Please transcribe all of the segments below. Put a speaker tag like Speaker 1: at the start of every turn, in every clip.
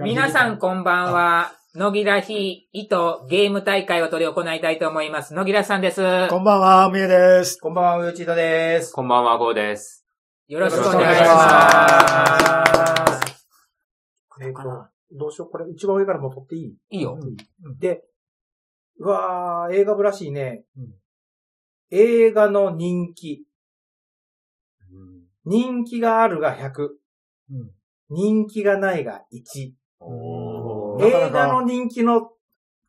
Speaker 1: 皆さんこんばんは。野木らひいとゲーム大会を取り行いたいと思います。野木らさんです。
Speaker 2: こんばんは、みえです。
Speaker 3: こんばんは、うちとです。
Speaker 4: こんばんは、ゴーです。
Speaker 1: よろしくお
Speaker 2: よろし
Speaker 1: 願
Speaker 2: くお願
Speaker 1: い
Speaker 2: い
Speaker 1: し
Speaker 2: し
Speaker 1: ま。
Speaker 2: ます
Speaker 3: えっと、どうしよう、これ一番上からも撮っていい
Speaker 1: いいよ。
Speaker 3: で、うわー、映画部らしいね。
Speaker 2: うん
Speaker 3: 映画の人気。人気があるが100。
Speaker 2: うん
Speaker 3: 人気がないが1。
Speaker 2: おーなか
Speaker 3: 映
Speaker 2: な
Speaker 3: 画
Speaker 2: か
Speaker 3: の人気の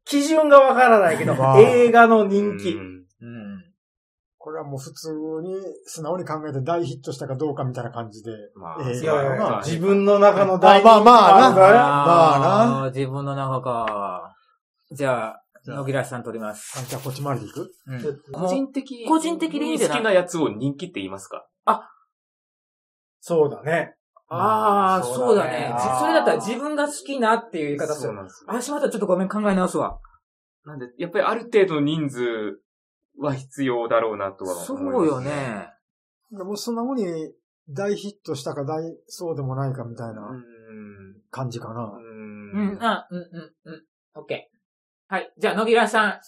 Speaker 3: 基準がわからないけど
Speaker 2: ま、あ
Speaker 3: 映画の人気。
Speaker 1: うん。
Speaker 2: これはもう普通に素直に考えて大ヒットしたかどうかみたいな感じで。
Speaker 4: ま
Speaker 2: えー
Speaker 3: いやいやい
Speaker 2: ま
Speaker 3: や
Speaker 2: あ
Speaker 3: 自分の中の大人気
Speaker 2: まあまあな
Speaker 3: がるから
Speaker 2: まあ
Speaker 1: ー自分の中か。じゃあ、野木らさん取ります。
Speaker 2: あじゃあこっち回りでいく
Speaker 1: うん
Speaker 3: ちょっと
Speaker 1: も
Speaker 4: 個
Speaker 1: う
Speaker 4: 人的
Speaker 1: 個人的でいいんじゃない
Speaker 4: 好きなやつを人気って言いますか
Speaker 3: そうだね。
Speaker 1: ああ、そうだね。
Speaker 3: そうだね
Speaker 1: じそれだったら自分が好きなっていう言い方す
Speaker 4: そう
Speaker 1: る。
Speaker 4: なんですよ。
Speaker 1: あ、しまった。ちょっとごめん、考え直すわ。
Speaker 4: なんで、やっぱりある程度の人数は必要だろうなとは
Speaker 1: そ
Speaker 4: 思います。
Speaker 1: うよ。ね。
Speaker 2: でも素直に大ヒットしたか大、そうでもないかみたいうな
Speaker 4: ー
Speaker 2: 感じかな。
Speaker 1: う、
Speaker 4: ん。うんーん。
Speaker 1: あ、うん、うん、うん。オッケー。はい。じゃあ、野木らさん。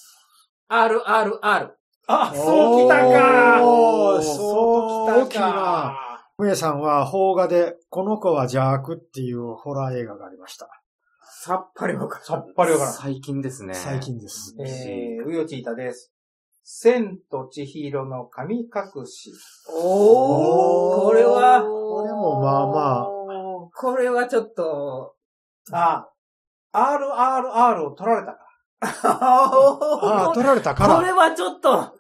Speaker 1: RRR。
Speaker 3: あ、そうきたか
Speaker 2: おー
Speaker 3: そうきた
Speaker 2: そう
Speaker 3: か
Speaker 2: むえさんは邦画で、この子は邪悪っていうホラー映画がありました。
Speaker 3: さっぱりわからん。さっぱりわからん。
Speaker 4: 最近ですね。
Speaker 2: 最。近です。
Speaker 3: えー、うよちいたです。千と千尋の神隠し。
Speaker 1: おー、これは、
Speaker 2: これもまあま
Speaker 1: これはちょっと、
Speaker 3: あ、RRR を取られたか。
Speaker 2: ああ、
Speaker 1: こ
Speaker 2: 撮られたから。
Speaker 1: れはちょっと、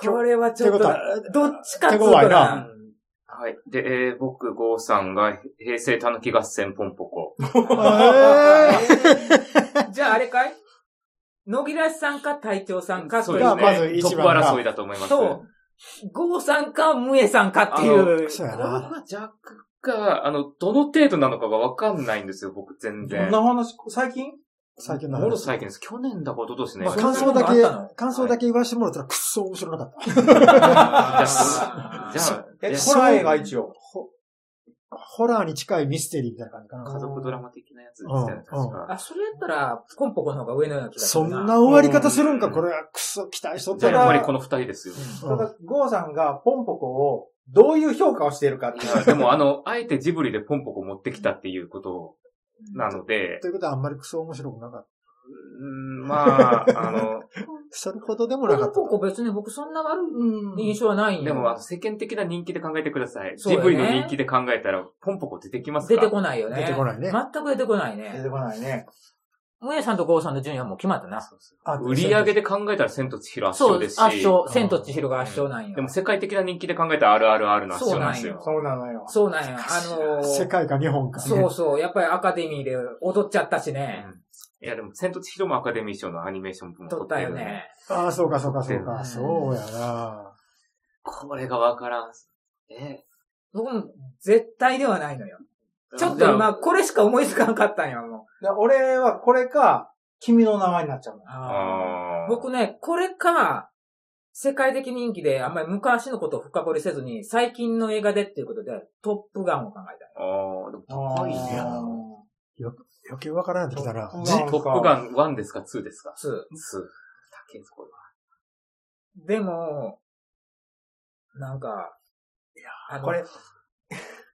Speaker 1: これはちょっと
Speaker 2: って、
Speaker 1: どっちかっていう
Speaker 2: 手強
Speaker 1: と
Speaker 2: いな
Speaker 1: な。
Speaker 4: はい。で、えー僕、ゴーさんが、平成たぬき合戦ポンポコ。
Speaker 2: えー
Speaker 1: じゃあ、あれかい野木らさんか隊長さんか
Speaker 4: そ
Speaker 1: と
Speaker 4: う
Speaker 1: い
Speaker 4: で
Speaker 1: う
Speaker 4: す
Speaker 2: が
Speaker 4: ね。
Speaker 2: まず一番
Speaker 4: トップ争いだと思います。
Speaker 1: そう。ゴーさんか、ムエさんかっていう。
Speaker 2: そうや
Speaker 4: これは
Speaker 2: な。
Speaker 4: ジャックが、あの、どの程度なのかがわかんないんですよ、僕、全
Speaker 3: こん
Speaker 4: 然。
Speaker 3: な話、最近
Speaker 2: 最近の
Speaker 4: もろ
Speaker 2: 話。
Speaker 4: 最近です。去年だか一昨年ね。
Speaker 2: まあ、
Speaker 1: そん
Speaker 2: 感
Speaker 1: な
Speaker 2: 想
Speaker 1: の
Speaker 2: だ
Speaker 1: あったの
Speaker 2: け、感想だけ言わせてもらったら、くっそ面白かった。
Speaker 4: じゃあ、 じゃあ、
Speaker 3: え、
Speaker 4: いや
Speaker 3: ホラー映画一応。
Speaker 2: ほホラーに近いミステリーみたいな感じか
Speaker 4: 家
Speaker 2: な。
Speaker 4: 族ドラマ的なやつですよね、
Speaker 2: うん
Speaker 4: 確か。
Speaker 1: あ、それやったら、コンポコの方が上のような気がす
Speaker 2: そ
Speaker 1: る
Speaker 2: ん
Speaker 1: な。
Speaker 2: な終わり方するんか、
Speaker 4: うん
Speaker 2: これはクソ期待しとっ
Speaker 4: じゃ
Speaker 2: た
Speaker 4: あ、
Speaker 2: な
Speaker 4: やっぱりこの二人ですよ。
Speaker 1: う
Speaker 3: ただ、ゴーさんがポンポコをどういう評価をしているかっていう
Speaker 4: いやでも、あの、あえてジブリでポンポコ持ってきたっていうことなので、
Speaker 2: ということはあんまりクソ面白くなかった。
Speaker 4: うーんまあ、あの、
Speaker 2: それほどでも
Speaker 1: コ
Speaker 2: なか
Speaker 1: ン
Speaker 2: った
Speaker 1: ポ。コ別に僕そんな悪
Speaker 3: うん
Speaker 1: い印象はないんよ
Speaker 4: でも、あの世間的な人気で考えてください。
Speaker 1: そう
Speaker 4: ジ
Speaker 1: よね
Speaker 4: ブリの人気で考えたら、ポンポコ出てきますか
Speaker 1: 出てこないよね。
Speaker 2: 出てこないね
Speaker 1: 全く出てこない
Speaker 3: 出
Speaker 1: ね。
Speaker 3: てこないね。
Speaker 1: ムエさんとゴーさんの順位はもう決まったな。
Speaker 2: あ
Speaker 4: 売り上げで考えたら千と千尋圧
Speaker 1: そう
Speaker 4: 勝
Speaker 1: で。
Speaker 4: ですす
Speaker 1: 圧
Speaker 4: し、
Speaker 1: 勝。千と千尋が圧勝なんよ。
Speaker 4: でも世界的な人気で考えたら RRR の圧勝なんですよ。
Speaker 3: そうなのよ。
Speaker 1: そうなんよ。あのー
Speaker 2: 世界か日本かね。
Speaker 1: そうそう。やっぱりアカデミーで踊っちゃったしね。
Speaker 4: うんいや、でも、千と千尋もアカデミー賞のアニメーション部も
Speaker 1: 撮っ
Speaker 4: 取って
Speaker 1: たよ
Speaker 4: るんで。
Speaker 1: ね。
Speaker 2: ああ、そうかそうかそう
Speaker 1: うん
Speaker 2: か。そうやな。
Speaker 4: これがわからんっす。え
Speaker 1: 僕も絶対ではないのよ。ちょっ
Speaker 4: じ
Speaker 1: と
Speaker 4: ゃあ
Speaker 1: 今、これしか思いつかなかったんよ、も
Speaker 3: で俺はこれか、君の名前になっちゃうの
Speaker 1: う。
Speaker 4: あー
Speaker 1: 僕ね、これか、世界的人気であんまり昔のことを深掘りせずに、最近の映画でっていうことで、トップガンを考えたい。
Speaker 4: あー、でも高いね。
Speaker 2: あー余計わからんやってきたな。
Speaker 3: うん
Speaker 2: じ
Speaker 4: トップガン1ですか ?2 ですか
Speaker 1: 2。
Speaker 4: ?2。高いぞ、これ
Speaker 1: で
Speaker 4: は。
Speaker 1: も、なんか、いや
Speaker 3: これ、、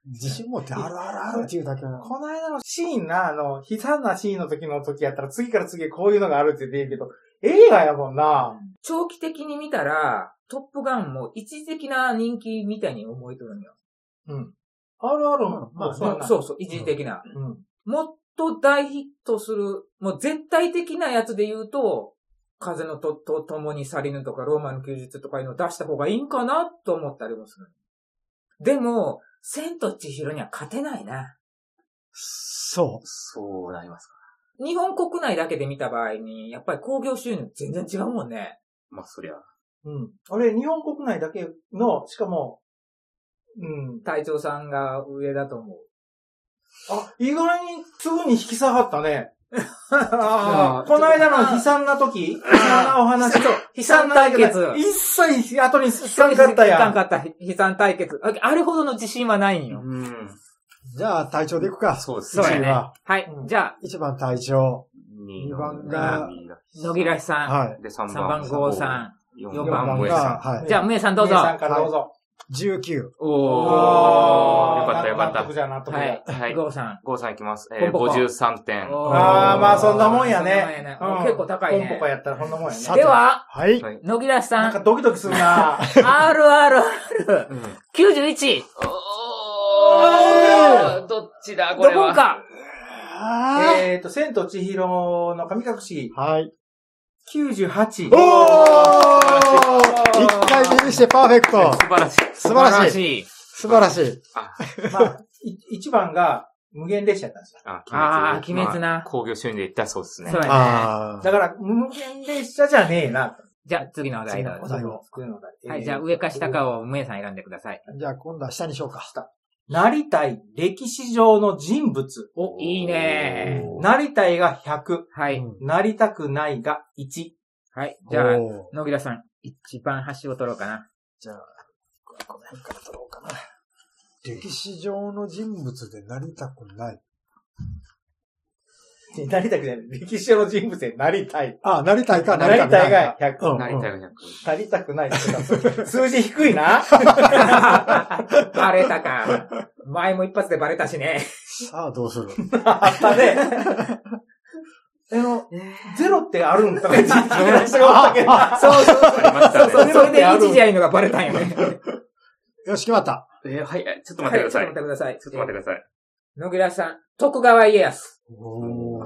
Speaker 2: 自信持ってあるあるあるっていうだけな。
Speaker 3: この間のシーンな、あの、悲惨なシーンの時の時やったら、次から次へこういうのがあるって言っていいけど、映画やもんな。
Speaker 1: 長期的に見たら、トップガンも一時的な人気みたいに思えてるのよ。
Speaker 3: うん。あるある。
Speaker 2: うんまあ
Speaker 3: そうや
Speaker 1: うん
Speaker 3: な。
Speaker 1: そうそう、一時的な。
Speaker 3: うん。
Speaker 1: もっと大ヒットする、もう絶対的なやつで言うと、風のとと共に去りぬとか、ローマの休日とかいうのを出した方がいいんかなと思ったりもする。でも、千と千尋には勝てないな。
Speaker 2: そ
Speaker 4: そうなりますか。
Speaker 1: 日本国内だけで見た場合に、やっぱり興行収入全然違うもんね。
Speaker 4: まあ、そりゃ。
Speaker 3: うん。俺、日本国内だけの、しかも、うん。
Speaker 1: 隊長さんが上だと思う。
Speaker 3: あ、意外にすぐに引き下がった ね。
Speaker 4: あ
Speaker 3: この間の悲惨な時、悲惨なお話と、
Speaker 1: 悲惨対決。
Speaker 3: 一切後に引かんかった
Speaker 1: 引か
Speaker 3: や
Speaker 1: ん
Speaker 3: ん。
Speaker 1: かった。悲惨対決。ああれほどの自信はないんよ。
Speaker 4: うん。
Speaker 2: じゃあ、隊長でいくか。
Speaker 4: そうです
Speaker 1: そうや
Speaker 2: 一位
Speaker 1: ね
Speaker 4: ね。
Speaker 2: は。
Speaker 1: はい。じゃあ、
Speaker 2: 一番隊長。
Speaker 4: 二
Speaker 2: 番が
Speaker 1: 野木らしさ
Speaker 2: はい。
Speaker 4: ん。で、三
Speaker 1: ん、
Speaker 4: 番。
Speaker 1: 3番郷さ
Speaker 4: 四
Speaker 1: 四
Speaker 2: 四
Speaker 1: 番
Speaker 2: 番
Speaker 4: 萌え
Speaker 2: が、
Speaker 4: さ
Speaker 2: はい。
Speaker 1: ん。じゃあ、梅さんどうぞ。
Speaker 3: 姉さんからどうぞ。
Speaker 2: 19。
Speaker 4: ん。お
Speaker 1: お
Speaker 4: ー。
Speaker 1: ー
Speaker 4: よかったよかっ
Speaker 3: 納得じゃ納得じゃ。
Speaker 1: はい。
Speaker 4: た。はい。
Speaker 1: 郷さん。
Speaker 4: ゴーさんいきます。
Speaker 1: ポ
Speaker 4: え
Speaker 1: ン
Speaker 4: ー、
Speaker 1: ポコ
Speaker 4: 53点。
Speaker 3: あーまあそんなもんやね
Speaker 1: そんなもんやね結構高い
Speaker 3: ポンポコ
Speaker 1: ね。
Speaker 3: やったらこんなもんやね
Speaker 2: さ。
Speaker 1: では、
Speaker 2: はい。
Speaker 4: はい
Speaker 1: 野木らしさ
Speaker 3: なん
Speaker 1: ん
Speaker 3: か、ドキドキするな
Speaker 1: RRR91。
Speaker 4: うん
Speaker 1: おー
Speaker 5: どっちだ、
Speaker 1: ど
Speaker 5: これ
Speaker 1: こ
Speaker 5: は。
Speaker 1: か
Speaker 2: あ
Speaker 3: えっと、千と千尋の神隠し
Speaker 2: ー、はい。
Speaker 3: 98。
Speaker 1: ー
Speaker 2: おー一回目にしてパーフェクト
Speaker 4: 素晴らしい。
Speaker 2: 素晴らしい
Speaker 1: しい。
Speaker 2: 素晴らしい
Speaker 3: まあ、い1番が無限列車やったんですよ。
Speaker 4: あ、
Speaker 1: あー、鬼滅
Speaker 4: な。
Speaker 1: な。
Speaker 4: 工業収入でいったらそうですね
Speaker 1: そう。やね。
Speaker 2: あ
Speaker 3: だから、無限列車じゃねえな。
Speaker 1: じゃあ、次のお題
Speaker 2: 次
Speaker 1: ど
Speaker 2: の
Speaker 1: う
Speaker 2: お
Speaker 1: ぞ。
Speaker 2: 題を。
Speaker 3: 作るのだ
Speaker 1: はい、じゃあ、上か下。かを梅さん選んでください。
Speaker 2: ーじゃあ今度は下にしようか。
Speaker 3: なりたい歴史上の人物。
Speaker 1: お、いいね
Speaker 4: おー
Speaker 3: なりたいが100。
Speaker 1: は
Speaker 2: う
Speaker 1: い。
Speaker 2: ん
Speaker 3: なりたくないが1。
Speaker 1: はい。じゃあ、
Speaker 2: おー
Speaker 1: 野木らさん、一番端を取ろうかな。
Speaker 2: じゃあ、ここの辺から取ろうかな。歴史上の人物でなりたくな い。
Speaker 3: なりたくない。歴史上の人物でなりたい。
Speaker 2: あ、なりたいか、
Speaker 3: なりたいが100。
Speaker 2: うん。
Speaker 4: なりたいが100。
Speaker 3: なりたく ないってか数字低いな。
Speaker 1: バレたか。前も一発でバレたしね。
Speaker 2: さあ、どうする
Speaker 3: あった ね。あの、ゼロってあるんと か言ってた人がおったけど。
Speaker 1: そうそうそう。
Speaker 4: ありましたね。
Speaker 1: そうそれで一時合いのがバレたんよね。
Speaker 2: よし、決まった。
Speaker 4: えーはい、えちょっと
Speaker 1: は
Speaker 4: 待ってくだ
Speaker 1: ちょっと
Speaker 4: さい。
Speaker 1: 待ってください。
Speaker 4: ちょっと待ってください。
Speaker 1: 野木らさん、徳川家康。
Speaker 2: おー。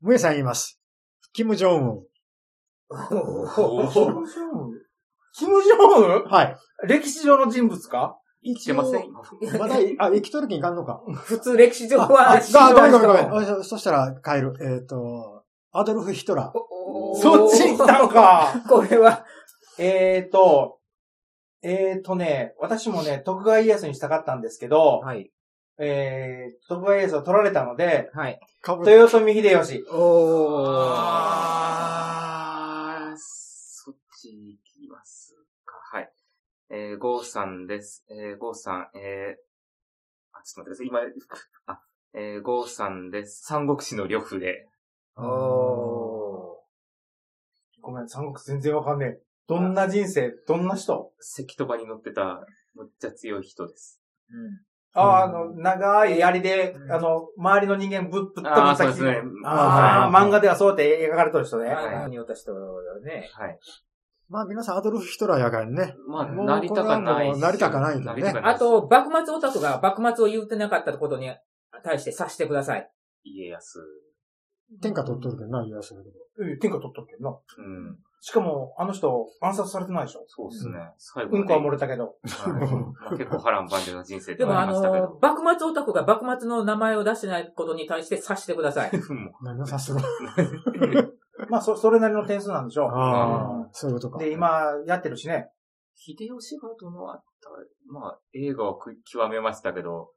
Speaker 2: むえさん言います。キム・ジョンウン。
Speaker 4: お
Speaker 3: キ
Speaker 4: ー
Speaker 3: ム・ジョンウンキム・ジョンウン
Speaker 2: はい。
Speaker 3: 歴史上の人物か
Speaker 2: 生
Speaker 4: 来てません。
Speaker 2: まだ、あ、生きとる気いかんのか。
Speaker 1: 普通歴史上
Speaker 2: あ、
Speaker 1: は
Speaker 2: あ
Speaker 1: 知ら
Speaker 2: あ
Speaker 1: ん
Speaker 2: ごめん
Speaker 1: 人
Speaker 2: ごめんごめん。あそそしたら変える。えっ、と、アドルフ・ヒトラー。
Speaker 1: お
Speaker 3: そっち行ったのか。
Speaker 1: これは、
Speaker 3: えーと、えーとね、私もね、徳川家康にしたかったんですけど、
Speaker 1: はい。
Speaker 3: えー、徳川家康を取られたので、
Speaker 1: はい。
Speaker 2: かぶ
Speaker 3: 豊臣秀吉。
Speaker 1: おー。
Speaker 4: あー、そっち行きますか。はい。えー、ゴーさんです。えー、ゴーさん、えー、あ、ちょっと待ってください。今、あ、えー、ゴーさんです。三国志の呂布で。
Speaker 1: お
Speaker 3: ごめん、三国全然わかんねえ。どんな人生どんな人
Speaker 4: 関とばに乗ってた、むっちゃ強い人です。
Speaker 1: ー。うん
Speaker 3: ああー、あ
Speaker 2: うん
Speaker 3: の、長い槍で
Speaker 1: う、ん
Speaker 3: あの、周りの人間ぶっ、ぶっ飛
Speaker 4: あ
Speaker 3: ば
Speaker 4: あ、
Speaker 3: し
Speaker 4: そう
Speaker 3: た
Speaker 4: ですね。
Speaker 3: ああ、
Speaker 2: はい
Speaker 3: 漫画ではそうやって描かれてる人ね。
Speaker 1: あ
Speaker 4: はい
Speaker 1: のに落としたよね。
Speaker 4: はい。
Speaker 2: まあ皆さんアドルフ・ヒトラーやからね。
Speaker 4: まあ、
Speaker 2: もう
Speaker 4: なりたかないです。
Speaker 2: これはもうなりたかないんだね
Speaker 4: なりたかな
Speaker 1: あ
Speaker 4: いです、
Speaker 1: と、幕末オタクが幕末を言ってなかったことに対して察してください。
Speaker 4: 家康。
Speaker 2: 天下取っとるけどな、言わせるけど。
Speaker 3: うん天下取ったっけどな。
Speaker 4: うん。
Speaker 3: しかも、あの人、暗殺されてないでしょ。
Speaker 4: そうですね。最後
Speaker 3: う
Speaker 4: まで
Speaker 3: んこは漏れたけど。
Speaker 4: はいまあ 結構波乱万丈な人生
Speaker 1: で
Speaker 4: で
Speaker 1: も、
Speaker 4: はあ
Speaker 1: あ
Speaker 4: りましたけど
Speaker 1: の、。幕末オタクが幕末の名前を出してないことに対して察してください。
Speaker 4: うん
Speaker 2: 何をさする
Speaker 3: まあ、そ、それなりの点数なんでしょ
Speaker 2: ああ、そういうこと
Speaker 3: う。
Speaker 2: か。
Speaker 3: で、今、やってるしね。
Speaker 4: 秀吉がどのあった、まあ、映画をく極めましたけど、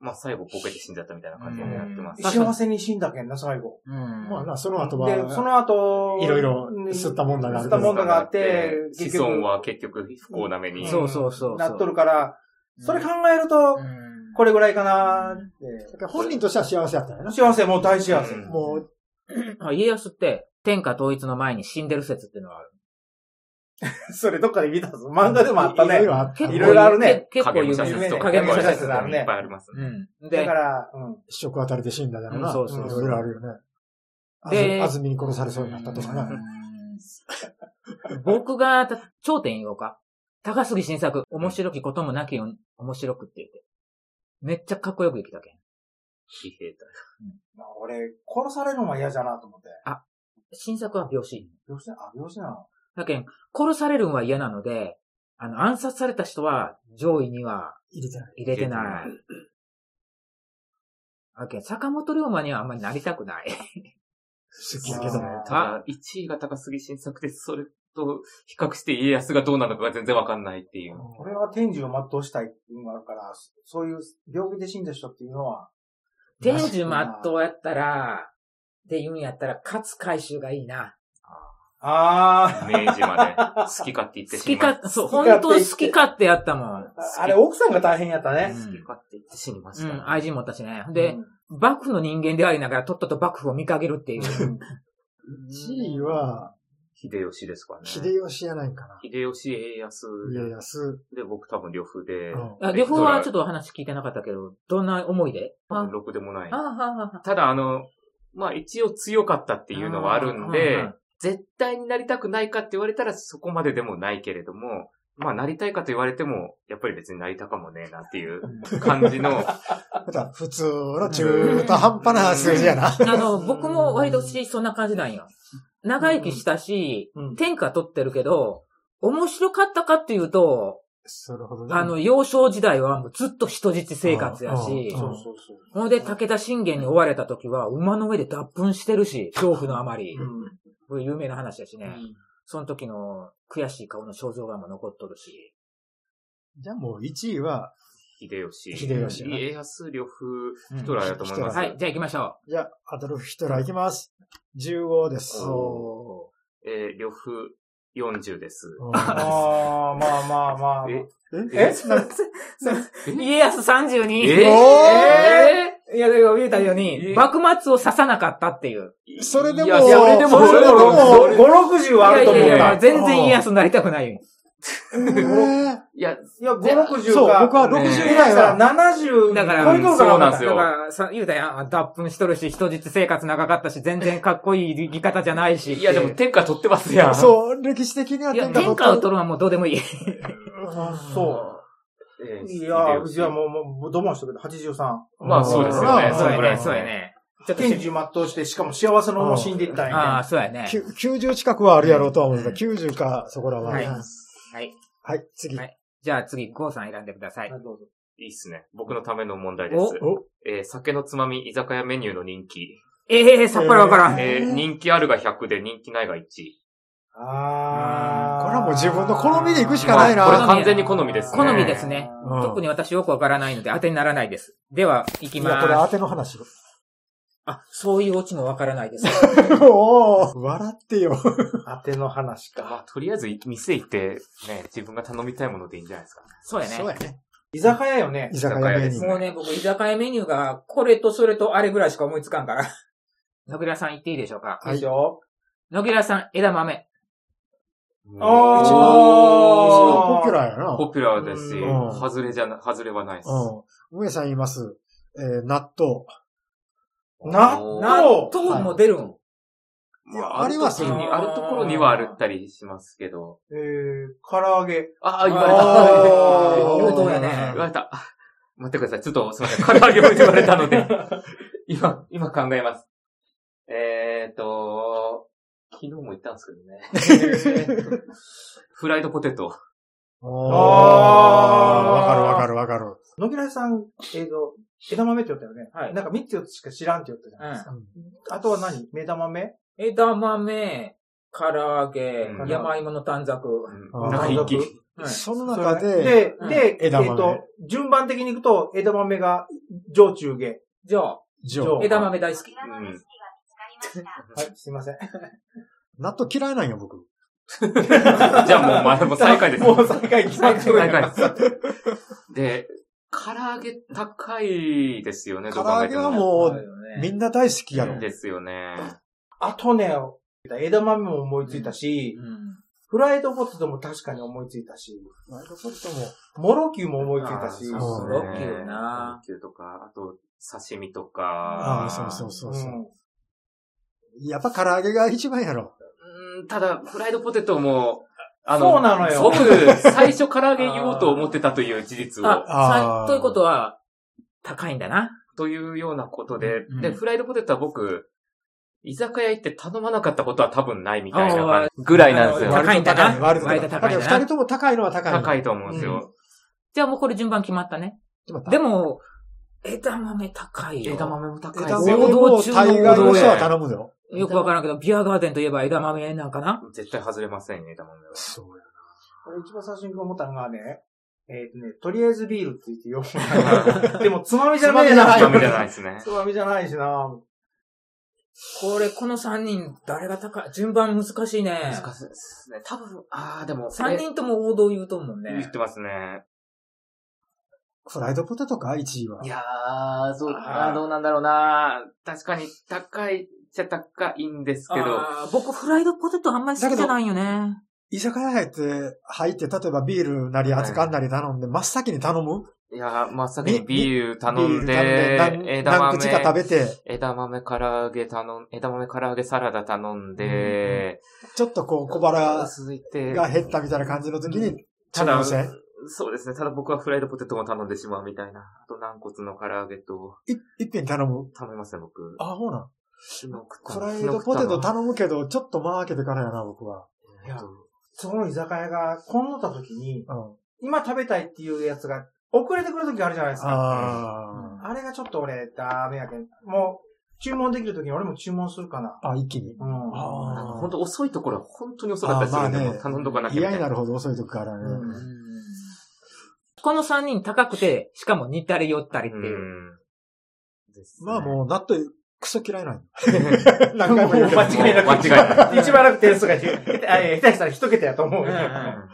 Speaker 4: まあ、最後ボケて死んじゃったみたいな感じでやってます。
Speaker 3: 幸せに死んだけんな、最後。
Speaker 1: うん
Speaker 2: まあな、その後は、
Speaker 3: で、その後、
Speaker 2: いろいろ
Speaker 3: うん
Speaker 2: 吸ったもんだがあ
Speaker 3: 吸
Speaker 2: る
Speaker 3: っ
Speaker 2: け
Speaker 3: た
Speaker 2: ど
Speaker 3: もんだがあって、
Speaker 4: 子孫は結局不幸な目に。
Speaker 3: ん
Speaker 1: そうそうそうそう
Speaker 3: なっとるから、それ考えると
Speaker 1: う、ん
Speaker 3: これぐらいかなーって
Speaker 2: だから本人としては幸せやったんやな。
Speaker 3: 幸せ、もう大幸せ。
Speaker 4: うん
Speaker 2: もう、
Speaker 1: あ家康って、天下統一の前に死んでる説っていうのはある。
Speaker 3: それどっかで見たぞ。漫画でもあった
Speaker 2: い
Speaker 3: ね
Speaker 2: ろい。ろあった
Speaker 1: 結構
Speaker 3: いろいろあるね。
Speaker 1: け結構
Speaker 4: 影
Speaker 1: 有
Speaker 4: 武
Speaker 1: 名
Speaker 4: 者
Speaker 1: な
Speaker 4: 説
Speaker 1: 人
Speaker 4: とか、
Speaker 3: 影
Speaker 1: 影
Speaker 3: 武
Speaker 1: 武
Speaker 3: 者
Speaker 1: 者
Speaker 3: 説
Speaker 1: 説
Speaker 3: だね
Speaker 4: いっぱいありますね。
Speaker 1: う
Speaker 3: だ
Speaker 1: ん。で
Speaker 3: か、ら、うん。
Speaker 2: 一食当たりで死んだだろう
Speaker 1: うん
Speaker 2: な。
Speaker 1: そうそう
Speaker 3: そう
Speaker 2: いろいろあるよね。あ
Speaker 1: で
Speaker 2: ず、あずみに殺されそうになったとか
Speaker 1: う
Speaker 2: な。
Speaker 1: ん僕がた頂点言おうか。高杉晋作、面白きこともなきよ、面白くって言って。めっちゃかっこよく生きたけん。
Speaker 4: 疲弊だ
Speaker 3: まあ俺、殺されるのは嫌じゃなと思って。
Speaker 1: 晋作は病死。
Speaker 3: 病死な、あ、病死なの
Speaker 1: だけん、殺されるんは嫌なので、あの、暗殺された人は上位には
Speaker 2: 入れてない。
Speaker 1: 入れてない。だけん、坂本龍馬にはあんまりなりたく ない。
Speaker 2: 好きやけど。
Speaker 3: あ
Speaker 4: ただ、1位が高杉晋作で、それと比較して家康がどうなのかが全然わかんないっていう。
Speaker 3: 俺は天寿を全うしたいっていうのがあるから、そそういう病気で死んだ人っていうのは、
Speaker 1: 天寿まっとうやったら、って言うんやったら、勝海舟がいいな。
Speaker 3: あ
Speaker 4: 明治まで好き勝手言っ
Speaker 1: 好
Speaker 4: てし
Speaker 1: き
Speaker 4: まい
Speaker 1: 勝手、そう、本当好き勝手やったもん。
Speaker 3: あ、あれ奥さんが大変やったね。
Speaker 4: 好き勝手言って死にまし
Speaker 1: う
Speaker 4: た、
Speaker 1: ん、愛人持ったしね。で、
Speaker 3: うん、
Speaker 1: 幕府の人間でありながら、とっとと幕府を見かけるっていう。
Speaker 2: 1位は、
Speaker 4: 秀吉ですかね。
Speaker 2: 秀吉やないかな。
Speaker 4: 秀吉家康
Speaker 2: 家康。
Speaker 4: で、僕多分両夫で
Speaker 2: う、ん
Speaker 1: あ、旅行はちょっとお話聞いてなかったけど、どんな思いで
Speaker 4: 多
Speaker 1: あ
Speaker 4: 分、ろくでもない
Speaker 1: あ。あ、
Speaker 4: ただあの、まあ一応強かったっていうのはあるん
Speaker 1: うんうんう
Speaker 4: で
Speaker 1: ん、
Speaker 4: 絶対になりたくないかって言われたらそこまででもないけれども、まあなりたいかと言われても、やっぱり別になりたかもねえなっていう感じの、
Speaker 2: また普通の中途半端な数字やな。
Speaker 1: あの、僕も割とし、そんな感じなんよ。長生きしたし、
Speaker 3: うん
Speaker 1: 天下取ってるけど、面白かったかっていうと、
Speaker 2: なるほどね。
Speaker 1: あの、幼少時代はもうずっと人質生活やし
Speaker 2: う、ん
Speaker 3: そうそうそう。
Speaker 1: ほんで武田信玄に追われた時は馬の上で脱粉してるし、恐怖のあまり。
Speaker 3: うん
Speaker 1: これ有名な話だしね。
Speaker 3: うん
Speaker 1: その時の悔しい顔の肖像画も残っとるし。
Speaker 2: じゃあもう1位は、
Speaker 4: 秀吉。
Speaker 2: 秀吉な
Speaker 4: 家康、両夫、
Speaker 1: うん
Speaker 4: ヒトラーやと思います。
Speaker 1: はい、じゃあ行きましょ
Speaker 2: じゃあ、アドルフ・ヒトラーいきます。15です。
Speaker 1: う。
Speaker 4: お
Speaker 1: お
Speaker 4: えー、両夫40です。
Speaker 2: うん
Speaker 3: ああ、まあまあまあ。
Speaker 4: え
Speaker 3: え
Speaker 1: ー家康32。え
Speaker 4: え
Speaker 1: ーいや、だけど言えたよう
Speaker 4: え
Speaker 1: に、幕末を刺さなかったっていう。
Speaker 2: それでも
Speaker 4: いやそれでも、
Speaker 2: それでも
Speaker 4: それでも
Speaker 3: 5、60はあると思う
Speaker 1: いやいやい
Speaker 3: な
Speaker 1: や。全然家康になりたくないよ。
Speaker 2: え
Speaker 4: いや、
Speaker 3: いや、5、60か。
Speaker 2: そう、僕は
Speaker 3: ぐ
Speaker 2: 60ぐ
Speaker 3: ら
Speaker 2: ら
Speaker 3: い
Speaker 2: い
Speaker 3: は
Speaker 2: は、
Speaker 3: 70
Speaker 1: だから
Speaker 3: 超えとるか
Speaker 4: そうなん
Speaker 3: な
Speaker 4: です
Speaker 1: だ
Speaker 4: よ
Speaker 1: から、さ言うたやん、脱粉しとるし、人質生活長かったし、全然かっこいい生き方じゃないし。
Speaker 4: いやでも、天下取ってますやん。
Speaker 2: そう、歴史的にはい
Speaker 1: や、
Speaker 2: 天下
Speaker 1: 天
Speaker 2: 取
Speaker 1: 下を取
Speaker 2: っ
Speaker 1: るのはもうどうでもいい。
Speaker 4: そう。えー
Speaker 3: いや、じゃあ
Speaker 4: う。
Speaker 3: もう、もう、どうもしとくけど、83。
Speaker 4: まあそうですよね。
Speaker 2: うん
Speaker 4: そのぐらいです
Speaker 1: そうや
Speaker 4: ね。
Speaker 1: ね。ちょっと
Speaker 3: 天寿全うして、しかも幸せの重しんでいったんやね。
Speaker 1: ああ、そうやね。
Speaker 2: きゅ90近くはあるやろうとは思うんだけど、90か、そこら
Speaker 1: は
Speaker 2: は。はいい、
Speaker 1: はい。
Speaker 2: 次。
Speaker 1: はいじゃあ次、ゴーさん選んでください。
Speaker 3: どうぞ
Speaker 4: いいっすね。僕のための問題です。
Speaker 2: お
Speaker 4: えー酒のつまみ、居酒屋メニューの人気。
Speaker 1: ええさっぱりわからん。
Speaker 4: えー人気あるが100で人気ないが1。
Speaker 3: ああ。
Speaker 2: これはもう自分の好みで行くしかないな。
Speaker 4: まあこれ完全に好みですね。
Speaker 1: 好みですね
Speaker 2: うん
Speaker 1: 特に私よくわからないので当てにならないです。では、行き
Speaker 2: いや、これ当
Speaker 1: ます。
Speaker 2: ての 話。
Speaker 1: あ、そういうオチもわからないです。
Speaker 2: おお笑ってよ。
Speaker 3: 当ての話
Speaker 4: ま
Speaker 3: か。
Speaker 4: あ、とりあえず店行って、ね、自分が頼みたいものでいいんじゃないですか。
Speaker 1: そうやね。
Speaker 2: そうやね。
Speaker 3: 居酒屋よね
Speaker 2: 居。酒屋芸人。
Speaker 1: もうね、僕、居酒屋メニューが、これとそれとあれぐらいしか思いつかんから。野木良さん言っていいでしょうか
Speaker 2: はい
Speaker 3: でしょ
Speaker 1: 野木良さん、枝豆。
Speaker 4: うん
Speaker 3: あー
Speaker 4: 一
Speaker 2: 一
Speaker 4: 番
Speaker 2: 番ポピュラーやな。
Speaker 4: ポピュラーですし、
Speaker 2: うん
Speaker 4: 外れじゃな、外れはないです。
Speaker 2: うん。上さん言います。えー納豆。
Speaker 3: な
Speaker 4: おー
Speaker 3: な
Speaker 1: 納豆も出るん。
Speaker 4: ま
Speaker 2: いやあります
Speaker 4: ある時に
Speaker 1: よ
Speaker 4: あるところにはあるったりしますけど。
Speaker 3: えー、唐揚げ。
Speaker 4: ああ、言われ
Speaker 3: あー
Speaker 4: た。
Speaker 1: 言うとんやね
Speaker 4: 言われた。待ってください。ちょっとすみません。唐揚げを言われたの で。今、今考えます。えーっと、昨日も言ったんですけどね。えーっとフライドポテト。
Speaker 2: おー
Speaker 3: あー
Speaker 2: わかるわかるわかる。
Speaker 3: 野木らさん、えっ、と、枝豆って言ったよね。
Speaker 1: はい
Speaker 3: なんか3つ4つしか知らんって言ったじゃないですか。あとは何目玉目
Speaker 1: 枝豆、唐揚げ
Speaker 4: う、ん
Speaker 1: 山芋の短冊。
Speaker 2: あー
Speaker 4: なんか一気に。
Speaker 1: はい
Speaker 2: その中
Speaker 3: それ
Speaker 2: で、
Speaker 3: で、
Speaker 1: うん
Speaker 3: で、えっ、
Speaker 2: 枝豆
Speaker 3: と、順番的にいくと、枝豆が上中下。
Speaker 1: じゃあ、
Speaker 2: ジョー。
Speaker 1: 枝豆大好き。
Speaker 4: うん。
Speaker 3: はい、すい ません。
Speaker 2: 納豆嫌いなんよ、僕。
Speaker 4: じゃあもう、まあ、もう最下位 です。
Speaker 3: もう最下位、
Speaker 4: 最下
Speaker 3: 最下位。
Speaker 4: 位です。で、唐揚げ高いですよね、
Speaker 2: 唐揚げは
Speaker 4: う
Speaker 2: も
Speaker 1: そう
Speaker 2: う、
Speaker 1: よね
Speaker 2: みんな大好きやろ。
Speaker 4: ですよね。
Speaker 3: あとね、枝豆も思いついたし、
Speaker 1: うん
Speaker 3: フライドポテトも確かに思いついたし、
Speaker 2: ワイドポテトも。
Speaker 3: モロキューも思いついたし、
Speaker 4: あー
Speaker 2: そ
Speaker 3: うん
Speaker 2: う
Speaker 1: ロッキーよな
Speaker 4: ロッキーとか、あと、刺身と
Speaker 2: あ
Speaker 4: か。
Speaker 2: あ、そうそう
Speaker 4: う
Speaker 2: そうそう。やっぱ唐揚げが一番やろ。
Speaker 4: ーん。ただ、フライドポテトも、あ
Speaker 3: そうなのよ
Speaker 4: 僕、最初唐揚げ言おうと思ってたという事実を、
Speaker 1: あ、
Speaker 2: あー
Speaker 1: さということは、高いんだな。
Speaker 4: というようなことで、
Speaker 1: うん
Speaker 4: で、フライドポテトは僕、居酒屋行って頼まなかったことは多分ないみたいな
Speaker 1: あ
Speaker 4: 感
Speaker 1: ー
Speaker 4: じぐらいなんですよ。
Speaker 1: あ高いんだな
Speaker 2: 割と高い
Speaker 1: 割と高いんだな
Speaker 2: だから二人とも高いのは高い。
Speaker 4: 高いと思うんですよ。
Speaker 1: じゃあもうこれ順番決まったね。
Speaker 2: でも
Speaker 1: でも、枝豆高いよ。
Speaker 4: 枝豆も高いで
Speaker 2: 枝
Speaker 4: す
Speaker 2: 豆
Speaker 1: 枝
Speaker 4: よ。
Speaker 2: も大概の人は頼むのよ。
Speaker 1: よくわからんけど、ビアガーデンといえば枝豆なんかな
Speaker 4: 絶対外れませんよ、枝豆は。
Speaker 2: そうや。
Speaker 3: これ一番最初に思ったのがね、えっ、とね、とりあえずビールって言ってよくない。でも、つまみじゃねえ
Speaker 2: つまみじゃな
Speaker 4: ダメじゃ
Speaker 3: な。
Speaker 4: ないですね
Speaker 3: つ。まみじゃないしな。
Speaker 1: これ、この3人、誰が高い順番難しいね。
Speaker 4: 難しいですね。多分、ああ、でも、
Speaker 1: 3人とも王道言うと思う
Speaker 4: 言
Speaker 1: ね
Speaker 4: っ。てますね。
Speaker 2: フライドポテトか ?1 位は。
Speaker 4: いやー、そう、
Speaker 3: あ
Speaker 4: あ
Speaker 3: ー
Speaker 4: ーどうなんだろうな確かに、高いっちゃ高いんですけど、
Speaker 1: あー僕、フライドポテトあんまり好きじゃないよね。
Speaker 2: 居酒屋入って、入って、例えばビールなり、熱燗なり頼んで、真っ先に頼む
Speaker 4: いやー、まさにビール頼
Speaker 2: ビー
Speaker 4: ん
Speaker 2: ル頼ん
Speaker 4: で、
Speaker 2: で、何
Speaker 4: 枝
Speaker 2: 何口か食
Speaker 4: 豆、
Speaker 2: べて、
Speaker 4: 枝豆唐揚げ頼ん、枝豆唐揚げサラダ頼んで、
Speaker 2: ちょっとこう小腹
Speaker 4: 続いて、
Speaker 2: が減ったみたいな感じの時
Speaker 4: う
Speaker 2: に、
Speaker 4: た
Speaker 2: 注
Speaker 4: だ
Speaker 2: 文せ、
Speaker 4: そうですね。ただ僕はフライドポテトも頼んでしまうみたいな。あと軟骨の唐揚げと、
Speaker 2: い一品頼む。
Speaker 4: 頼みますね、僕。
Speaker 2: あ、ほうなん。
Speaker 4: 昨日食った
Speaker 2: フ
Speaker 4: の
Speaker 2: ライドポテ
Speaker 4: 昨日
Speaker 2: ト
Speaker 4: 食っ
Speaker 2: 頼むけど、ちょっと間開けてからやな、僕は。
Speaker 4: たのえっと
Speaker 3: その居酒屋が、こんのた時に、
Speaker 2: うん。
Speaker 3: 今食べたいっていうやつが、遅れてくる時あるじゃないですか。
Speaker 2: あ
Speaker 3: あれがちょっと俺、ダメやけん。もう、注文できる時に俺も注文するかな。
Speaker 2: あ。あ、一気に。
Speaker 3: うん。
Speaker 2: あー
Speaker 4: なんか本当遅いところは本当に遅かったりするんで、
Speaker 2: あーまあね
Speaker 4: もう頼んどかなきゃみた
Speaker 2: 嫌
Speaker 4: い
Speaker 2: に
Speaker 4: な
Speaker 2: なるほど遅い時からね。
Speaker 3: うん
Speaker 1: この3人高くて、しかも似たり寄ったりっていう。
Speaker 4: ですね
Speaker 2: まあもう、納豆、クソ嫌いなんよ
Speaker 3: も
Speaker 2: 何
Speaker 3: う
Speaker 2: 回も言うけど。
Speaker 3: 間違いなく。
Speaker 4: 間違いな
Speaker 3: 一番楽点数が低い。あいや下手したら一桁やと思うよ。
Speaker 4: うん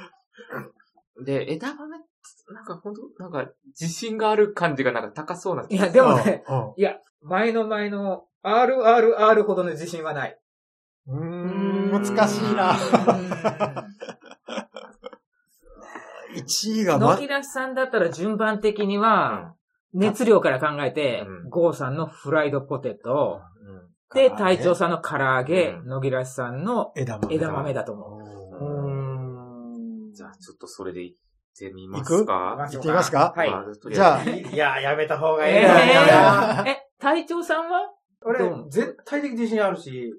Speaker 4: で、枝豆、なんか本当なんか、自信がある感じがなんか高そうな。
Speaker 1: いや、でもね、
Speaker 2: うん
Speaker 1: いや、前の前の RRR ほどの自信はない。
Speaker 2: うーん、難しいな。1位が
Speaker 1: 野
Speaker 2: ま、
Speaker 1: 木らしさんだったら順番的には、熱量から考えて、
Speaker 4: うん
Speaker 1: 郷さんのフライドポテト、
Speaker 4: うん
Speaker 1: で、隊長さんの唐揚げ、
Speaker 4: うん
Speaker 1: 野木らしさんの
Speaker 2: 枝豆。
Speaker 1: 枝豆だと思う。
Speaker 2: おー
Speaker 3: うん。
Speaker 4: じゃあ、ちょっとそれで行ってみますか。
Speaker 2: 行ってみますか
Speaker 1: はい
Speaker 4: まあとり
Speaker 2: じ
Speaker 4: あえず
Speaker 2: ゃあ、
Speaker 3: いや、やめた方がいい
Speaker 1: え
Speaker 3: な。や
Speaker 1: ー
Speaker 3: めた
Speaker 1: え、隊長さんは
Speaker 3: 俺
Speaker 1: どう、
Speaker 3: 絶対的自信あるし、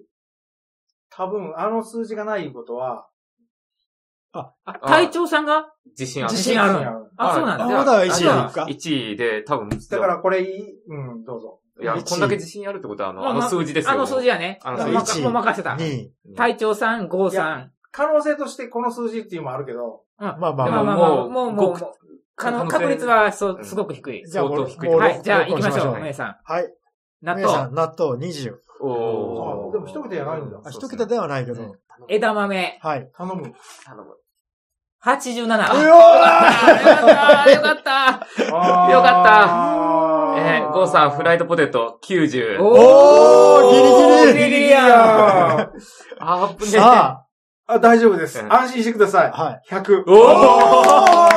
Speaker 3: 多分、あの数字がないことは、
Speaker 1: あ
Speaker 4: あ
Speaker 1: 隊長さんが
Speaker 4: 自信ある。
Speaker 1: 自信ある
Speaker 3: 自信ある
Speaker 1: あ、
Speaker 4: はい
Speaker 1: そうなん
Speaker 2: あ、
Speaker 1: だ。
Speaker 2: まだ1位
Speaker 1: じゃあ
Speaker 2: 行くか。
Speaker 4: 1位で、多分、
Speaker 3: だからこれいい、うん、どうぞ。
Speaker 4: いや、
Speaker 2: 一位
Speaker 4: こんだけ自信あるってことは、あの、
Speaker 1: まあ
Speaker 4: あ
Speaker 1: まあ
Speaker 4: の数字ですよ。
Speaker 1: あの数字やね。
Speaker 4: あの
Speaker 1: もう
Speaker 4: 数字
Speaker 1: 任もう任せた。
Speaker 2: 2位。
Speaker 4: うん。
Speaker 1: 隊長さん、郷さん。
Speaker 3: 可能性としてこの数字っていうのもあるけど、
Speaker 2: まあま
Speaker 4: で
Speaker 2: あ
Speaker 4: も
Speaker 1: まあ
Speaker 2: ま
Speaker 1: まあまあ、もう、もう、
Speaker 4: もう
Speaker 1: もう可能
Speaker 4: 可能性
Speaker 1: 確率は、そうう、
Speaker 4: ん
Speaker 1: すごく低い
Speaker 2: あ。。じゃあ、
Speaker 4: 相当
Speaker 2: もう
Speaker 4: 低い
Speaker 2: もう
Speaker 1: はい、じゃあ
Speaker 2: ロ
Speaker 1: 行
Speaker 2: ック
Speaker 1: き
Speaker 2: に
Speaker 1: ましょう、
Speaker 4: はい
Speaker 1: メイさん。
Speaker 2: う。はい。
Speaker 1: 納
Speaker 2: 姉さ
Speaker 1: 豆、
Speaker 2: ん、納豆20。
Speaker 4: おー。
Speaker 3: でも一桁じゃないんだ
Speaker 2: あ、一桁ではないけ
Speaker 4: うん
Speaker 2: ど。
Speaker 1: 枝豆、
Speaker 2: はい。
Speaker 3: 頼む。
Speaker 4: 頼む。
Speaker 1: 87。
Speaker 2: う
Speaker 1: あ
Speaker 2: よ
Speaker 1: ーよかった
Speaker 3: よ
Speaker 4: よか
Speaker 3: か
Speaker 4: えー、ゴーさん、フライ
Speaker 3: ド。
Speaker 4: ドポテト90。
Speaker 2: おーギリギリ
Speaker 1: ギリ
Speaker 3: い
Speaker 1: ギリや
Speaker 3: やー
Speaker 4: あーぶ
Speaker 2: ー
Speaker 4: ねえ
Speaker 2: さあ、
Speaker 3: あ、大丈夫です。
Speaker 4: うん
Speaker 3: 安心してください。
Speaker 2: はい。
Speaker 3: 100。
Speaker 4: お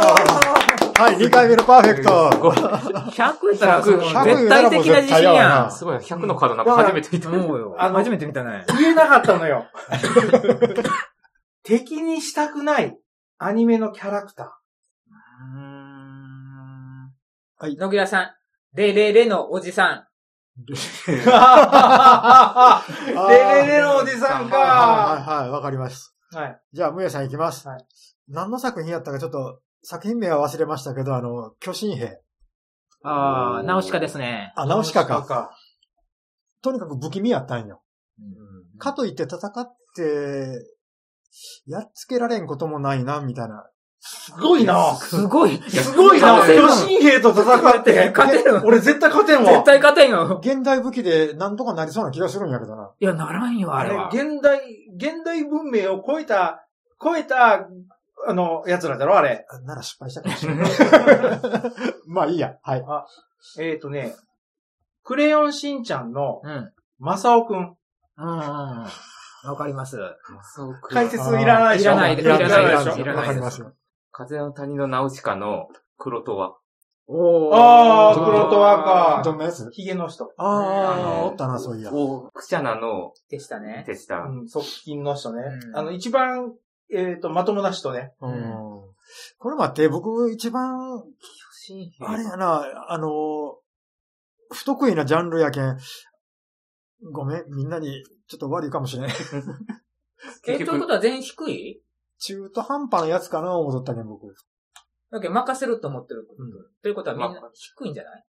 Speaker 2: はい、2回目のパーフェクト。
Speaker 1: !100 やったら、
Speaker 4: 100
Speaker 1: 絶対的な自信やん。
Speaker 4: すごい、100のカードなんか初めて見た。
Speaker 1: 思うよ。
Speaker 3: あの
Speaker 1: 初めて見たね。
Speaker 3: 言えなかったのよ。 敵にしたくないアニメのキャラクター。
Speaker 1: 野木らさん、000のおじさん。
Speaker 3: レレレのおじさん
Speaker 2: は
Speaker 3: か。
Speaker 2: いはいはい、わかります。
Speaker 3: はい。
Speaker 2: じゃあ、むやさんいきます。
Speaker 3: はい
Speaker 2: 何の作品やったかちょっと、作品名は忘れましたけど、あの、巨神兵。
Speaker 1: ああ、ナオシカですね。
Speaker 2: あ、ナオシカ
Speaker 3: ナ
Speaker 2: か。とにかく不気味やったんよ。かといって戦って、やっつけられんこともないな、みたいな。
Speaker 3: すごいな。
Speaker 1: すご い。
Speaker 3: すごいな。
Speaker 1: 勝てる
Speaker 3: 巨神兵と戦って。
Speaker 1: 勝てる
Speaker 3: 俺絶対勝てんわ。
Speaker 1: 絶対勝てんよ。
Speaker 2: 現代武器でなんとかなりそうな気がするんやけど な。
Speaker 1: いや、ならんよ、あ
Speaker 3: あ
Speaker 1: れ
Speaker 3: れ
Speaker 1: は。
Speaker 3: 現代、現代文明を超えた、超えた、あの、奴らだろ、あれ。
Speaker 2: あなら失敗したかもしれない。まあいい や。はい。
Speaker 3: えっ、ー、とね、クレヨンしんちゃんの、
Speaker 1: うん。うん
Speaker 3: マサオくん。
Speaker 1: うんうん。わかります。
Speaker 3: 解説いらないでしょ
Speaker 1: いらないで
Speaker 3: いらないでし
Speaker 1: いら
Speaker 3: ょ
Speaker 1: ない
Speaker 2: わかりますよ。
Speaker 4: 風の谷のナウシカの黒とは。
Speaker 1: お
Speaker 3: あー黒と赤
Speaker 2: どんなやつ
Speaker 3: ヒゲの人。
Speaker 2: ああ、おったな、そういや。
Speaker 4: おクシャナの
Speaker 1: でしたね。
Speaker 4: 手下。
Speaker 3: うん、側近の人ね。
Speaker 1: うん
Speaker 3: あの、一番、えっ、と、まともな人ね。
Speaker 2: うん。これ待って、僕一番、あれやな、あの、不得意なジャンルやけん。ごめん、みんなにちょっと悪いか もしれん。
Speaker 1: え、
Speaker 4: 結
Speaker 1: と
Speaker 4: 局
Speaker 1: いうことは全員低い
Speaker 2: 中途半端なやつかな、思っとったけん、僕。
Speaker 1: だけど任せると思ってる。ということはみんな低いんじゃない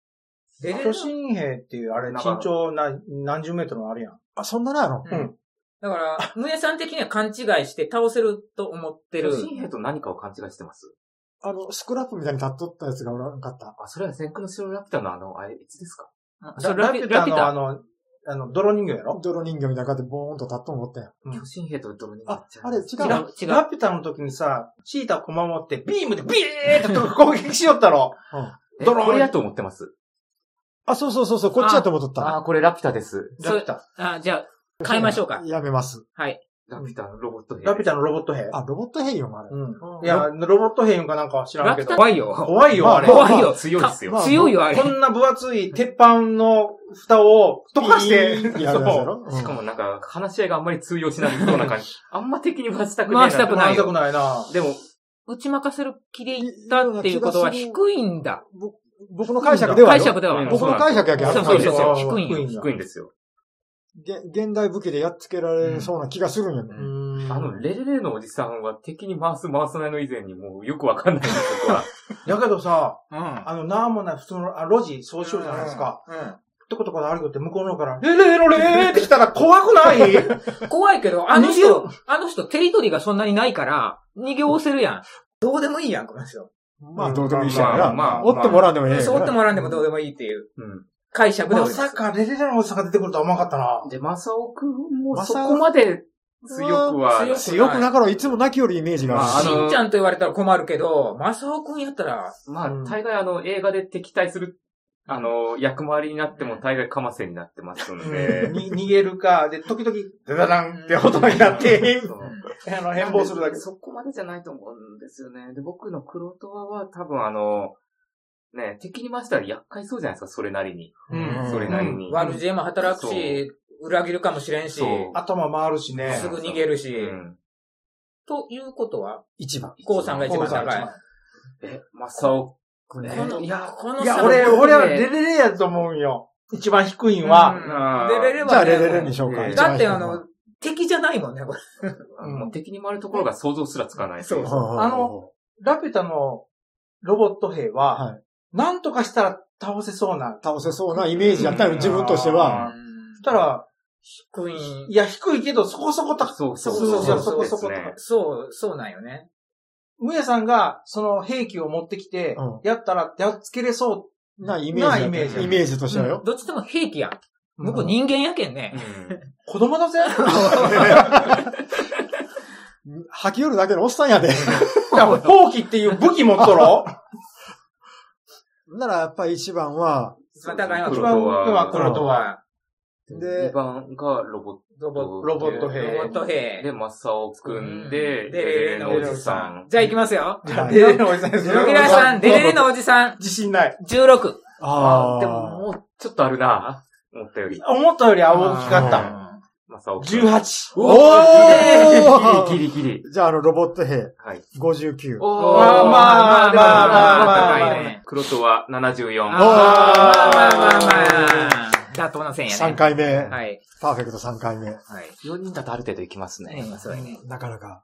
Speaker 1: レベル
Speaker 3: 巨神兵っていう、あれ、
Speaker 4: なんか
Speaker 3: 身長な何十メートルもあるやん。
Speaker 2: あ、そんななやろ。
Speaker 1: うんだから、むやさん的には勘違いして倒せると思ってる。
Speaker 4: 新兵と何かを勘違いしてます。
Speaker 2: あの、スクラップみたいに立っとったやつがおらんかった。
Speaker 4: あ、それは先駆の白ラピュタのあの、あれ、いつですか
Speaker 1: あ
Speaker 3: ラ
Speaker 1: それ
Speaker 3: ラピュタのあ
Speaker 1: の。
Speaker 3: の、あの、泥人形やろ
Speaker 2: 泥人形みたいな感じでボーンと立っとんおったやん。
Speaker 4: 巨神兵とドムになっちゃう。
Speaker 2: ああれ違う
Speaker 4: 違
Speaker 3: ラ
Speaker 4: う。違う。
Speaker 3: ラピュタの時にさ、シータをこまもって、ビームでビーって攻撃しよったろ。
Speaker 4: え
Speaker 3: ドローン
Speaker 4: これやと思ってます。
Speaker 2: あ、そうそうそうそう、こっちやと思っとった。
Speaker 4: ああー、これラピュタです。
Speaker 3: ラピュタ。
Speaker 1: あ、じゃあ、変えましょうか。
Speaker 2: やめます。
Speaker 1: はい。
Speaker 4: ラピュタのロボット兵。
Speaker 3: ラピュ
Speaker 4: タ。
Speaker 3: タのロボット兵。
Speaker 2: あ、ロボット兵よ、あれ。
Speaker 3: うん。いや、ロボット兵かなんかは知らん
Speaker 1: ラ
Speaker 3: け
Speaker 1: ピュ
Speaker 3: ど
Speaker 1: タ。怖いよ。
Speaker 3: 怖いよ、あれ。
Speaker 1: 怖いよ。
Speaker 4: 強いっすよ
Speaker 1: か強いよ、あれ
Speaker 3: こ。んな分厚い鉄板の蓋を溶かして、
Speaker 2: いいやるやつやろ。うん
Speaker 4: しかもなんか、話し合いがあんまり通用しないような感じ。あんま敵に回したくな
Speaker 1: 回
Speaker 4: い。
Speaker 1: したくな
Speaker 3: 回
Speaker 1: いよ
Speaker 3: したくないな。
Speaker 4: でも、
Speaker 1: 打ち負かせる気でいったっていうことは低いんだ。
Speaker 2: 僕僕の解釈では
Speaker 1: 解
Speaker 2: よ。
Speaker 1: 釈では
Speaker 4: うん。
Speaker 2: 僕の解釈やけんあ
Speaker 1: そ
Speaker 2: れ
Speaker 1: うそう
Speaker 4: そうそう
Speaker 1: 低いんよ
Speaker 4: 低いんですよ。
Speaker 2: げ現代武器でやっつけられそうな気がするんやね。
Speaker 3: うん
Speaker 4: あの、レレレのおじさんは敵に回す回さないの以前にもうよくわかんないんですよ、僕は。
Speaker 3: だけどさ、
Speaker 1: うん。
Speaker 3: あの、なんもない普通の、あ、路地、そうしようじゃないですか。
Speaker 2: うん。
Speaker 3: ってことから歩くって向こうの方から、レレロレーって来たら怖くない
Speaker 1: 怖いけど、あの
Speaker 3: 逃げよ
Speaker 1: 人、あの人、テリトリーがそんなにないから、逃げおせるやん。どうでもいいやん、この人。
Speaker 2: まあ、どうでもいいしや
Speaker 4: まあ
Speaker 2: な。
Speaker 4: まあ
Speaker 2: おってもらわんでもええやん
Speaker 1: そうおってもらんでもどうでもいいっていう
Speaker 4: うん。
Speaker 1: 解釈で
Speaker 3: ま
Speaker 1: ございす
Speaker 3: さかレレレのおじさんが出てくるとは思わなかったな。
Speaker 4: で、マサオくんも
Speaker 2: マ
Speaker 4: そ
Speaker 2: サオ
Speaker 4: こまで強くは、
Speaker 1: 強く
Speaker 2: 強くなかろう、いつも泣きよりイメージがあ
Speaker 4: まあ
Speaker 2: る。
Speaker 4: あの
Speaker 1: しんちゃんと言われたら困るけど、マサオくんやったら、
Speaker 4: ま
Speaker 3: うん
Speaker 4: あ、大概あの、映画で敵対する、あの、役回りになっても大概かませになってますので。
Speaker 3: に逃げるか、で、時々、ダダダンって音になって、あの、変貌するだけ。
Speaker 4: そこまでじゃないと思うんですよね。で、僕の黒とはは多分あの、ね、敵に回したら厄介そうじゃないですか、それなりに。
Speaker 3: う
Speaker 2: うん
Speaker 4: それなりに。
Speaker 1: 悪知恵も働くし、裏切るかもしれんし、
Speaker 4: そう
Speaker 3: 頭回るしね
Speaker 1: す。ぐ逃げるし、
Speaker 4: うん。
Speaker 1: ということは、
Speaker 2: 一番。
Speaker 1: コウさんが一番
Speaker 3: コウさんが一
Speaker 1: 高い
Speaker 3: 番。
Speaker 4: え、マサオくんね
Speaker 1: この。いや、この
Speaker 3: いや、
Speaker 1: 差
Speaker 3: 俺、
Speaker 1: 僕ね
Speaker 3: 俺はレレレやと思うんよ。一番低いんは。
Speaker 1: うんレレレはね
Speaker 2: じゃあ、レレレにしよう
Speaker 4: う
Speaker 2: か。
Speaker 4: ん
Speaker 2: 一番
Speaker 1: だってあの、敵じゃないもんね、これ。
Speaker 4: もう敵に回るところが想像すらつかない。
Speaker 1: そう
Speaker 2: 低いの、
Speaker 3: あのラピュタのロボット兵は、
Speaker 2: はい
Speaker 3: なんとかしたら倒せそうな。
Speaker 2: 倒せそうなイメージやったよ、自分としては。
Speaker 3: そしたら、
Speaker 1: 低い
Speaker 3: いや、低いけど、そこそこ高
Speaker 4: そう
Speaker 3: そ
Speaker 4: そうう
Speaker 3: そうそう、そ
Speaker 4: そう
Speaker 3: こ
Speaker 4: です
Speaker 3: そ
Speaker 4: ね
Speaker 3: こ高い。
Speaker 1: そう、そうなんよね。
Speaker 3: むやさんが、その兵器を持ってきて
Speaker 2: うん、
Speaker 3: やったら、やっつけれそ
Speaker 2: な、イメージやった。
Speaker 3: なイメージ
Speaker 2: イメージとしてはよ。
Speaker 1: どっちでも兵器やん。
Speaker 3: う。
Speaker 1: 向こう人間やけんね。
Speaker 4: う
Speaker 3: 子供だぜ
Speaker 2: 吐き寄るだけのおっさんやで。
Speaker 3: 放棄っていう武器持っとろ
Speaker 2: なら、やっぱり一番は、
Speaker 1: 一番高いの
Speaker 4: 黒
Speaker 3: 一
Speaker 1: は
Speaker 3: 番
Speaker 4: と
Speaker 3: 上は
Speaker 4: は
Speaker 3: 黒とは。
Speaker 4: ん。
Speaker 2: で
Speaker 4: 2番がロボッ
Speaker 1: ロボッ
Speaker 4: ト。
Speaker 3: ロボット兵
Speaker 1: ト、ロボット
Speaker 4: 兵
Speaker 1: 兵
Speaker 4: で、。マサオくん
Speaker 1: う
Speaker 4: で、
Speaker 1: ん
Speaker 4: レレレのおじさん。
Speaker 1: じゃあ行きますよ。
Speaker 3: じゃあ
Speaker 2: はい
Speaker 3: レレレのおじさんです
Speaker 1: ロキラさん、デレレのおじさん、
Speaker 3: 自信ない。
Speaker 1: 16。
Speaker 2: あ
Speaker 4: あ
Speaker 2: あ。
Speaker 4: でももうちょっとあるな。思ったより。
Speaker 3: 思ったより青大きかった。
Speaker 4: マサオくん。
Speaker 3: 18。
Speaker 2: お
Speaker 4: お
Speaker 2: ー
Speaker 4: ギリギリギリ。
Speaker 2: じゃあ、あの、ロボット兵、
Speaker 4: はい。
Speaker 2: 59。
Speaker 4: お
Speaker 1: ー
Speaker 3: まあまあまあまあまあ
Speaker 1: まあ
Speaker 3: まあ
Speaker 1: 高いね
Speaker 4: 黒とは74。
Speaker 1: まあまあまあまあ。妥当な線やね。
Speaker 2: 3回目。
Speaker 1: はい。
Speaker 2: パーフェクト3回目。
Speaker 1: はい。
Speaker 4: 4人だとある程度いきます
Speaker 1: ね
Speaker 4: ね。
Speaker 1: そうやね。
Speaker 2: なかなか。